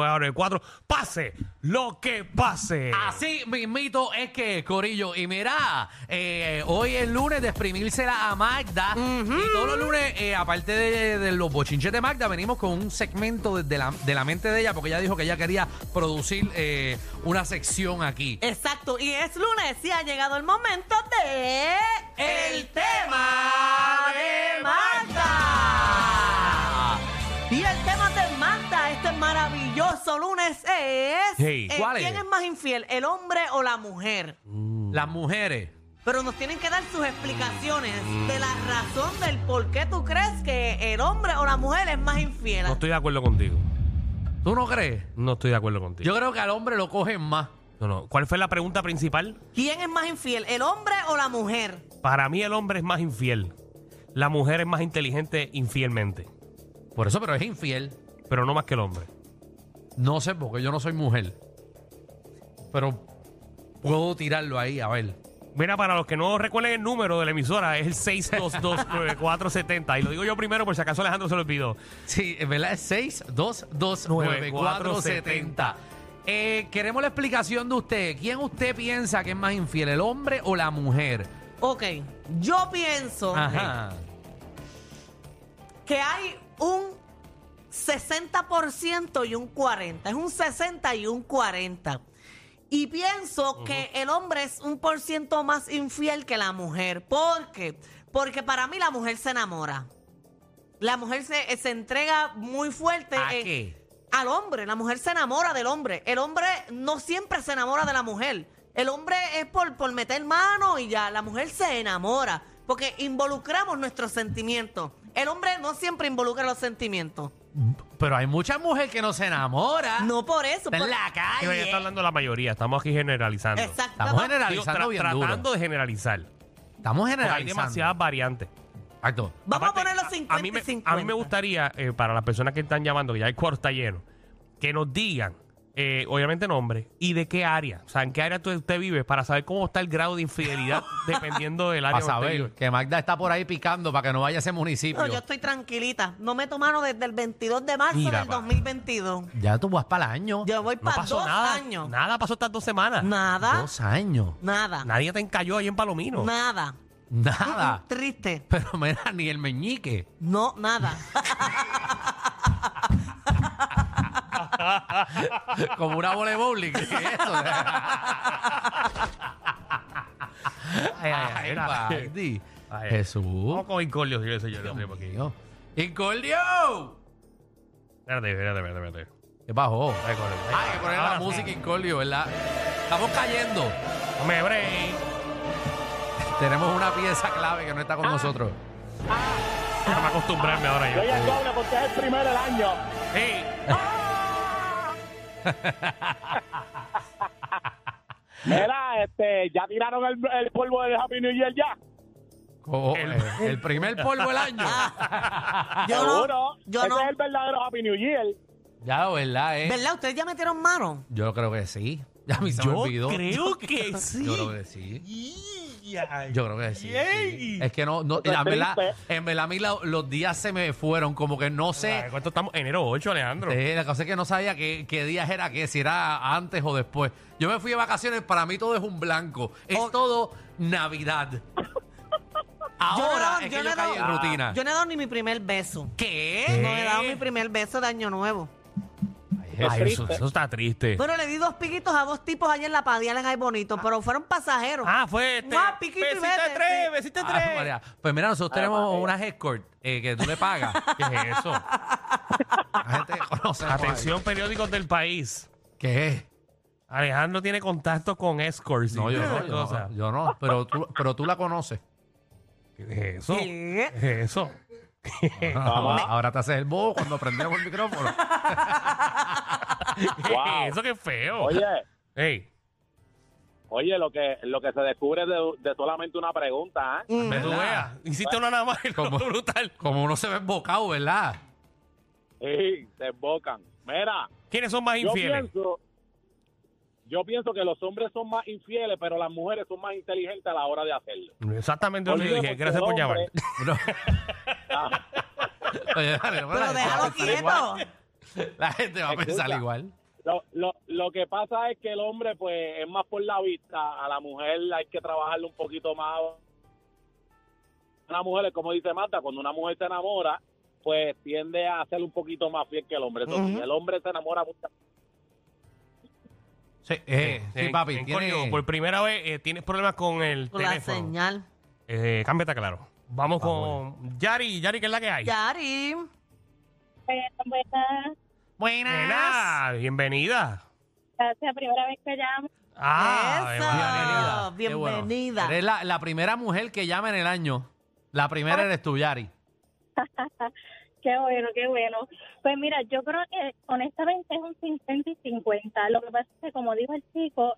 Ahora el 4, pase lo que pase. Así mismito es que, Corillo, y mira, eh, hoy es lunes de exprimírsela a Magda. Y todos los lunes, eh, aparte de, de los bochinches de Magda, venimos con un segmento de, de la, de la mente de ella, porque ella dijo que ella quería producir eh, una sección aquí. Exacto, y es lunes y ha llegado el momento de... El tema de Magda. Y el tema de Magda, este maravilloso lunes es... Hey, eh, ¿cuál ¿Quién es? es más infiel, el hombre o la mujer? Las mujeres. Pero nos tienen que dar sus explicaciones de la razón del por qué tú crees que el hombre o la mujer es más infiel. No estoy de acuerdo contigo. ¿Tú no crees? No estoy de acuerdo contigo. Yo creo que al hombre lo cogen más. No, no. ¿Cuál fue la pregunta principal? ¿Quién es más infiel, el hombre o la mujer? Para mí el hombre es más infiel. La mujer es más inteligente infielmente. Por eso, pero es infiel. Pero no más que el hombre. No sé, porque yo no soy mujer. Pero puedo tirarlo ahí, a ver. Mira, para los que no recuerden el número de la emisora, es el 6229470. Y lo digo yo primero por si acaso Alejandro se lo olvidó. Sí, en verdad es 6229470. Eh, queremos la explicación de usted. ¿Quién usted piensa que es más infiel, el hombre o la mujer? Ok, yo pienso... Ajá. que hay un 60% y un 40%. Es un 60 y un 40. Y pienso que el hombre es un por ciento más infiel que la mujer. ¿Por qué? Porque para mí la mujer se enamora. La mujer se, se entrega muy fuerte eh, ¿A en- qué? al hombre. La mujer se enamora del hombre. El hombre no siempre se enamora de la mujer. El hombre es por, por meter mano y ya. La mujer se enamora porque involucramos nuestros sentimientos. El hombre no siempre involucra los sentimientos. Pero hay muchas mujeres que no se Ah, enamoran. No por eso. Está en por- la Que ya calle. está hablando la mayoría. Estamos aquí generalizando. Exacto. Estamos Estamos- Digo, generalizando tra- bien tratando duro. de generalizar. Estamos Porque hay generalizando. demasiadas variantes. Exacto. Vamos Aparte, a poner los 50 mí me, y 50. a mí me gustaría, eh, para las personas que están llamando, que ya el cuarto está lleno, que nos digan, eh, obviamente nombre, y de qué área. O sea, en qué área tú- usted vive para saber cómo está el grado de infidelidad dependiendo del área Para donde usted vive. saber que Magda está por ahí picando para que no vaya a ese municipio. No, yo estoy tranquilita. No me tomaron desde el 22 de marzo Mira, del pa. 2022. Ya tú vas para el año. Yo voy No para pasó dos nada. años. Nada pasó estas dos semanas. Nada. Dos años. Nada. Nadie te encalló ahí en Palomino. Nada. Nada. Triste. Pero mira, ni el meñique. No, nada. Como una bola de bowling. ¿Qué es eso? Ay, ay, ay, era- Magdi. Ay, Jesús. Uh. Vamos con Incordio, señores, señores. Dios porque- mío. ¡Incordio! Espérate, espérate, espérate. espérate. ¿Qué bajó? Ay, Cordio, ay, Hay que poner la ahora sí. música Incordio, ¿verdad? Estamos cayendo. Dame break. Tenemos una pieza clave que no está con nosotros. Déjame acostumbrarme ahora yo. Yo ya cobro porque es el primero del año. Ey, Mira, este, ya tiraron el, el polvo del Happy New Year ya. Co- eh, El- el, primer polvo del año. Yo Seguro. no. Yo Ese no. es el verdadero Happy New Year. ya, ¿verdad? Eh? ¿Verdad? ¿Ustedes ya metieron mano? Yo creo que sí. Ya a mí se me yo olvidó. creo que sí. Yo creo que sí. Y- Yo creo que sí. sí. Yay. Es que no, no Esto es en verdad, triste. en verdad a mí la- los días se me fueron, como que no Ay, sé. ¿Cuánto estamos? Enero 8, Alejandro. eh, la cosa es que no sabía qué, qué días era, qué, si era antes o después. Yo me fui de vacaciones, para mí todo es un blanco. Es todo Navidad. Ahora dado- es que yo yo, no he caí en dado- rutina. Yo no he dado ni mi primer beso. ¿Qué? No he dado mi primer beso de Año Nuevo. Ay, Ay, Jesús. eso, eso está triste. Bueno, le di dos piquitos a dos tipos ayer en la Padial en Ay Bonito, Ah. pero fueron pasajeros. Ah, fue este. Guau, piquito y besito vete, de tres, sí. Ah, besito de Ay, tres. María. Pues mira, nosotros tenemos unas escort eh, que tú le pagas. ¿Qué es eso? La gente que conocemos ahí. Atención, periódicos del país. ¿Qué es? Alejandro tiene contacto con escorts. y No, yo todas no, esas yo cosas. no, yo no, pero tú, pero tú la conoces. ¿Qué es eso? ¿Qué? ¿Qué es eso? Ahora, ahora te haces el bobo cuando prendemos el micrófono. ¿Qué Wow. es eso? ¡Qué feo! Oye, Ey, oye, lo que, lo que se descubre de, de solamente una pregunta, ¿eh? me tú ¿Verdad? veas. Hiciste una nada más y lo ¿Cómo? brutal. Como uno se ve embocado, ¿verdad? Sí, se embocan. Mira, ¿Quiénes son más yo infieles? pienso, yo pienso que los hombres son más infieles, pero las mujeres son más inteligentes a la hora de hacerlo. Exactamente lo que yo Olvídate dije. que Gracias el por hombre- llamar. No. Oye, dale, Pero dale, déjalo dale, dale. quieto. La gente va a Escucha. pensar igual. Lo, lo, lo que pasa es que el hombre, pues, es más por la vista. A la mujer hay que trabajarle un poquito más. Una mujer, es como dice Marta, cuando una mujer se enamora, pues tiende a ser un poquito más fiel que el hombre. Eso sí, Ujú. el hombre se enamora mucho. Sí, eh, sí, En- papi. en tiene- código, por primera vez eh, tienes problemas con el Con la teléfono. señal. Eh, cámbiate, a claro. Vamos Vamos. con Yari. Yari, ¿qué es la que hay? Yari. Bueno, pues buenas. Buenas. Nena, bienvenida. Gracias, primera vez que llamo. Ave Eso. María. Ah, Qué bueno. bienvenida. Eres la, la primera mujer que llama en el año. La primera eres tú, Yari. Qué bueno, qué bueno. Pues mira, yo creo que honestamente es un 50 y 50. Lo que pasa es que, como dijo el chico,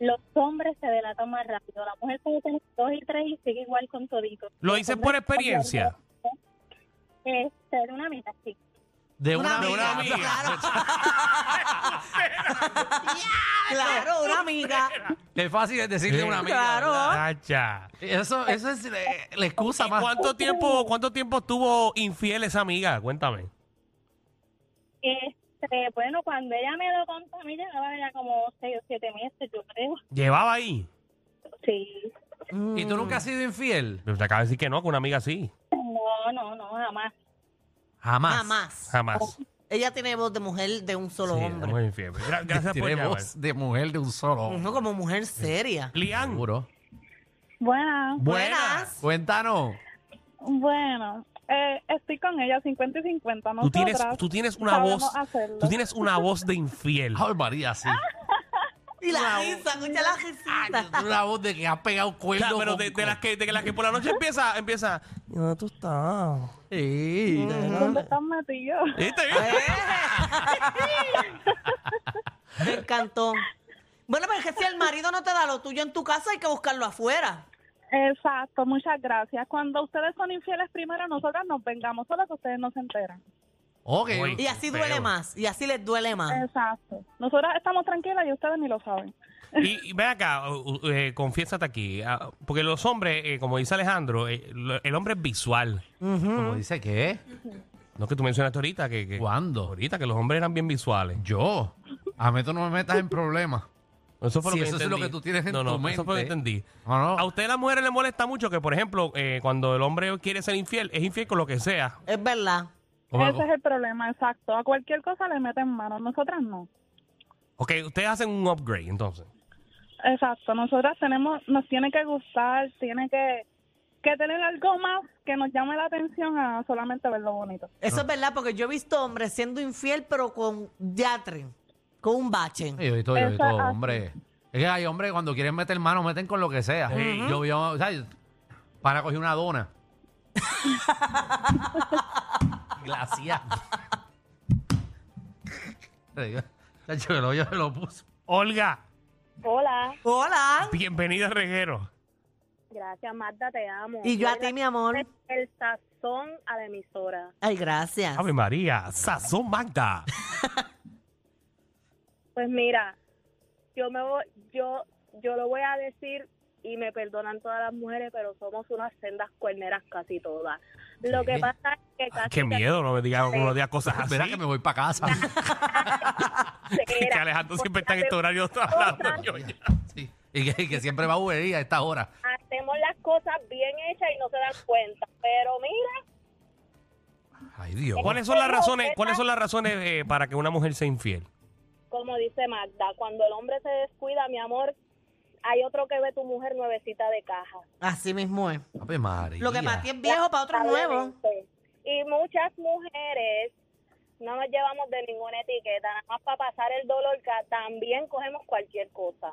los hombres se delatan más rápido. La mujer puede tener dos y tres y sigue igual con todito. ¿Lo Los dices hombres por experiencia? Este, de una mitad, sí. De Una una, De una amiga. amiga. Claro, una amiga. Qué fácil es decirle a una amiga. Claro. ¿verdad? Tacha. Eso, eso es eh, la excusa Ah, ¿Y más. ¿Cuánto tiempo, ¿Cuánto tiempo estuvo infiel esa amiga? Cuéntame. Este, bueno, cuando ella me lo contó, a mí llevaba ya como seis o siete meses, yo creo. ¿Llevaba ahí? Sí. ¿Y tú nunca has sido infiel? Pero te acaba de decir que no, con una amiga así. No, no, no, jamás. Jamás. Jamás. Ah. Jamás. Ella tiene voz de mujer de un solo Sí, hombre. muy infiel. Gra- gracias por Tiré llamar. voz de mujer de un solo. No como mujer seria. pues. Lian. Seguro. Bueno, Buenas. Cuéntanos. Bueno, eh, estoy con ella 50 y 50. Tú tienes, Nosotras tú tienes una sabemos voz. hacerlo. Tú tienes una voz de infiel. Ay, María, sí. Y la risa, escucha la risita. Una voz de que has pegado cuerno. Claro, pero con- de, de las que, de las que por la noche empieza, empieza. No, tú estás. Sí. ¿Dónde estás metido? ¿Viste? Me encantó. Bueno, pero es que si el marido no te da lo tuyo en tu casa, hay que buscarlo afuera. Exacto, muchas gracias. Cuando ustedes son infieles primero, nosotras nos vengamos, solo que ustedes no se enteran. Ok. Muy Y así Feo. duele más, y así les duele Ah. más. Exacto. Nosotras estamos tranquilas y ustedes ni lo saben. Y, y ven acá, u- u- eh, confiésate aquí. ah, Porque los hombres, eh, como dice Alejandro, eh, lo- el hombre es visual. Como dice que No es que tú mencionaste ahorita que, que- ¿Cuándo? ahorita que los hombres eran bien visuales. Yo. A mí tú no me metas en problemas. Eso fue Sí, lo que eso es entendí. lo que tú tienes en no, no, tu Eso fue lo que mente. Oh. entendí. No, A no. ustedes las mujeres les molesta mucho que, por ejemplo, eh, cuando el hombre quiere ser infiel, es infiel con lo que sea. Es verdad. Ese es el problema, exacto. A cualquier cosa le meten mano, nosotras no. Ok, ustedes hacen un upgrade, entonces. Exacto, nosotras tenemos, nos tiene que gustar, tiene que, que tener algo más que nos llame la atención a solamente ver lo bonito. Eso es verdad, porque yo he visto hombres siendo infiel, pero con diatre, con un bache. Yo vi todo, yo vi Eso es todo, así. hombre. Es que hay hombres que cuando quieren meter mano, meten con lo que sea. Sí. Yo vi, o sea, yo- para coger una dona. Glacial. Chacho, el hoyo se lo puso. Olga, Hola, Hola. bienvenida al reguero. gracias Marta, te amo. Y yo a ti, mi amor. el sazón a la emisora. Ay, gracias. Ah, Ave María, Sazón Magda. Pues mira, yo me voy, yo, yo lo voy a decir y me perdonan todas las mujeres, pero somos unas sendas cuerneras casi todas. Lo ¿Qué? que pasa es que Ay, casi Ah, qué miedo, no me digan uno diga cosas así. Verá que me voy para casa. que Alejandro siempre está en este horario hablando. yo ya. Sí. Y que, y que siempre va a Ubería a esta hora. hacemos las cosas bien hechas y no se dan cuenta. Pero mira, Ay, Dios. ¿Cuáles son las razones, ¿cuáles son las razones eh, para que una mujer sea infiel? como dice Magda, cuando el hombre se descuida, mi amor, hay otro que ve tu mujer nuevecita de caja. Así mismo es. Ave María. Lo que para ti es viejo, para otro es nuevo. Lamentablemente. Y muchas mujeres no nos llevamos de ninguna etiqueta, nada más para pasar el dolor, que también cogemos cualquier cosa.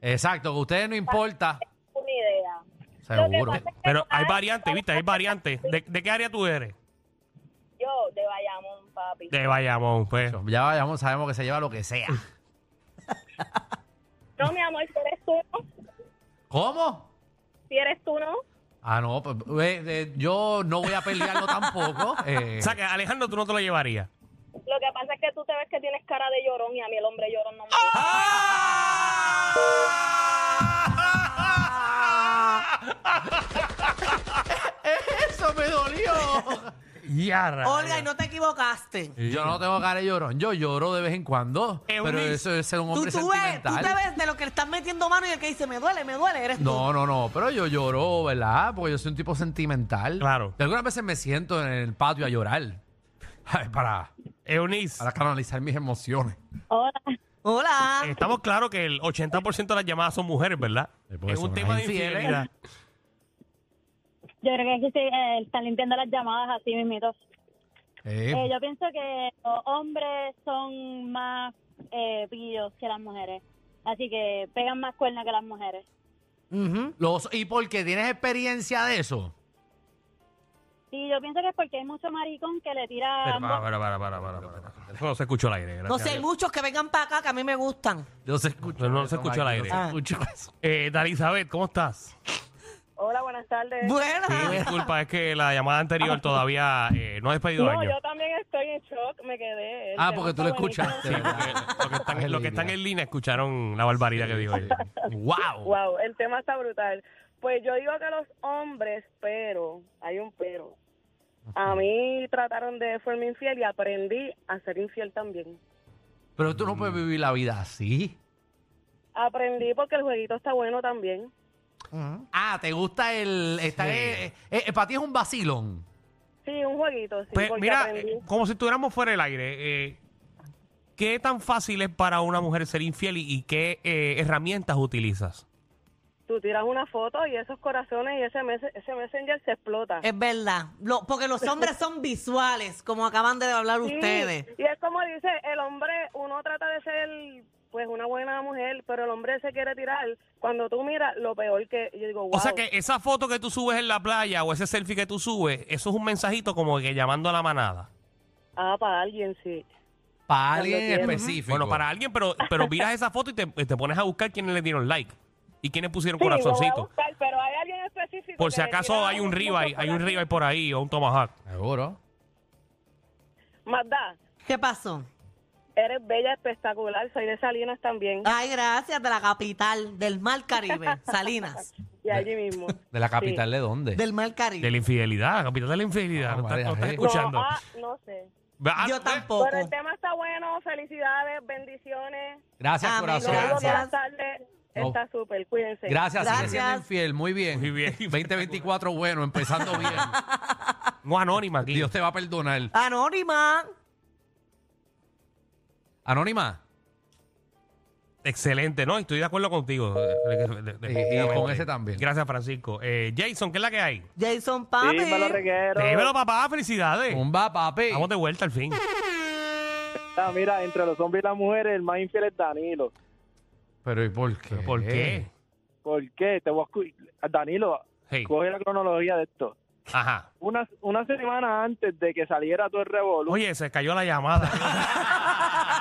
Exacto, que ustedes no importa. Una idea. Lo que Seguro. pasa es que Pero hay cada- variantes, ¿viste? Hay variantes. ¿De, de qué área tú eres? Yo de Bayamón, papi. De Bayamón, pues. Ya vayamos, sabemos que se lleva lo que sea. No, mi amor, si eres tú, no. ¿Cómo? Si eres tú, no. Ah, no, pues, eh, eh, yo no voy a pelearlo tampoco. eh. O sea, que Alejandro tú no te lo llevarías. Lo que pasa es que tú te ves que tienes cara de llorón y a mí el hombre llorón no me gusta. ¡Eso me dolió! Ya, Olga, y no te equivocaste. Yo no tengo cara de llorón. Yo lloro de vez en cuando. pero Eunice, eso es ser un Tú, hombre tú, ves, tú sentimental. te ves de lo que le estás metiendo mano y el que dice, me duele, me duele, eres tú. No, no, no, pero yo lloro, ¿verdad? Porque yo soy un tipo sentimental. Claro. Y algunas veces me siento en el patio a llorar. Ay, para, Eunice, para canalizar mis emociones. Hola. Hola. estamos claros que el 80% de las llamadas son mujeres, ¿verdad? Eh, pues Es un son tema de las infieles. infidelidad. Yo creo que aquí se, eh, están limpiando las llamadas así mismitos. Eh, Eh, yo pienso que los hombres son más eh, pillos que las mujeres. Así que pegan más cuernos que las mujeres. Ujú. los, ¿Y por qué tienes experiencia de eso? Sí, yo pienso que es porque hay mucho maricón que le tira... Pero, ambos- para, para, para, para, para, para. Eso no se escuchó al aire, gracias. No sé, hay muchos que vengan para acá que a mí me gustan. No se escucha. No, no se escucha al aire. Mike, No Ah. se escucha eso. Eh, Darizabeth, ¿cómo estás? Hola, buenas tardes. Buena. Sí, disculpa, es que la llamada anterior todavía eh, no ha despedido no, año. yo también estoy en shock, me quedé. El Ah, tema porque tú lo está buenísimo. escuchaste. Sí, porque lo que están, lo que están en línea escucharon la barbaridad que dijo ella. ¡Wow! Wow, el tema está brutal. Pues yo digo que los hombres, pero, hay un pero. A mí trataron de forma infiel y aprendí a ser infiel también. Pero tú no Mm. puedes vivir la vida así. Aprendí porque el jueguito está bueno también. Ah, ¿te gusta el...? Está, Sí. eh, eh, eh, para ti es un vacilón. Sí, un jueguito, sí, Pues, porque mira, aprendí. eh, como si estuviéramos fuera del aire, eh, ¿qué tan fácil es para una mujer ser infiel y, y qué eh, herramientas utilizas? Tú tiras una foto y esos corazones y ese, mes- ese messenger se explota. Es verdad. Lo- porque los hombres son visuales, como acaban de hablar Sí, ustedes. Y es como dice, el hombre, uno trata de ser pues una buena mujer, pero el hombre se quiere tirar. Cuando tú miras, lo peor que yo digo, wow. O sea que esa foto que tú subes en la playa o ese selfie que tú subes, eso es un mensajito como que llamando a la manada. Ah, para alguien, sí. Para Cuando alguien en quieras. específico. Bueno, para alguien, pero, pero miras esa foto y te, te pones a buscar quiénes le dieron like y quiénes pusieron Sí, lo voy a corazoncito. buscar, pero hay alguien específico. Por que si le acaso tira hay un mucho ribeye, hay un corazón. ribeye por ahí o un tomahawk. Seguro. Magda, ¿Qué pasó? eres bella, espectacular. Soy de Salinas también. Ah, Ay, gracias, de la capital del Mar Caribe, Salinas. Y allí mismo. ¿De la capital de dónde? Del Mar De Caribe. la infidelidad, capitán de la infidelidad. Ah, no, estás- María, no estás sí. No, escuchando. ah, no sé. Ah, Yo eh, tampoco. Pero el tema está bueno. Felicidades, bendiciones. Ah, Gracias, Amén, corazón. Nos vemos Gracias. buenas tardes. Está súper, cuídense. Gracias, sigue Gracias. siendo infiel. Muy bien. Muy bien. 2024, bueno, empezando bien. No anónima aquí. Dios te va a perdonar. Anónima. Anónima, Excelente, ¿no? Y Estoy de acuerdo contigo. eh, de- de- de- Y- y definitivamente. con ese también. Gracias, Francisco. Eh, Jason, ¿qué es la que hay? Jason Papi. Dímelo, reguero. Dímelo, papá. Felicidades. zumba, papi. Estamos de vuelta al fin. Ah, mira, entre los hombres y las mujeres, el más infiel es Danilo. Pero ¿y por qué? ¿Pero ¿Por qué? ¿Por qué? Te voy a escu- Danilo, Hey. coge la cronología de esto. Ajá. Una, una semana antes de que saliera todo el revolú, Oye, se cayó la llamada.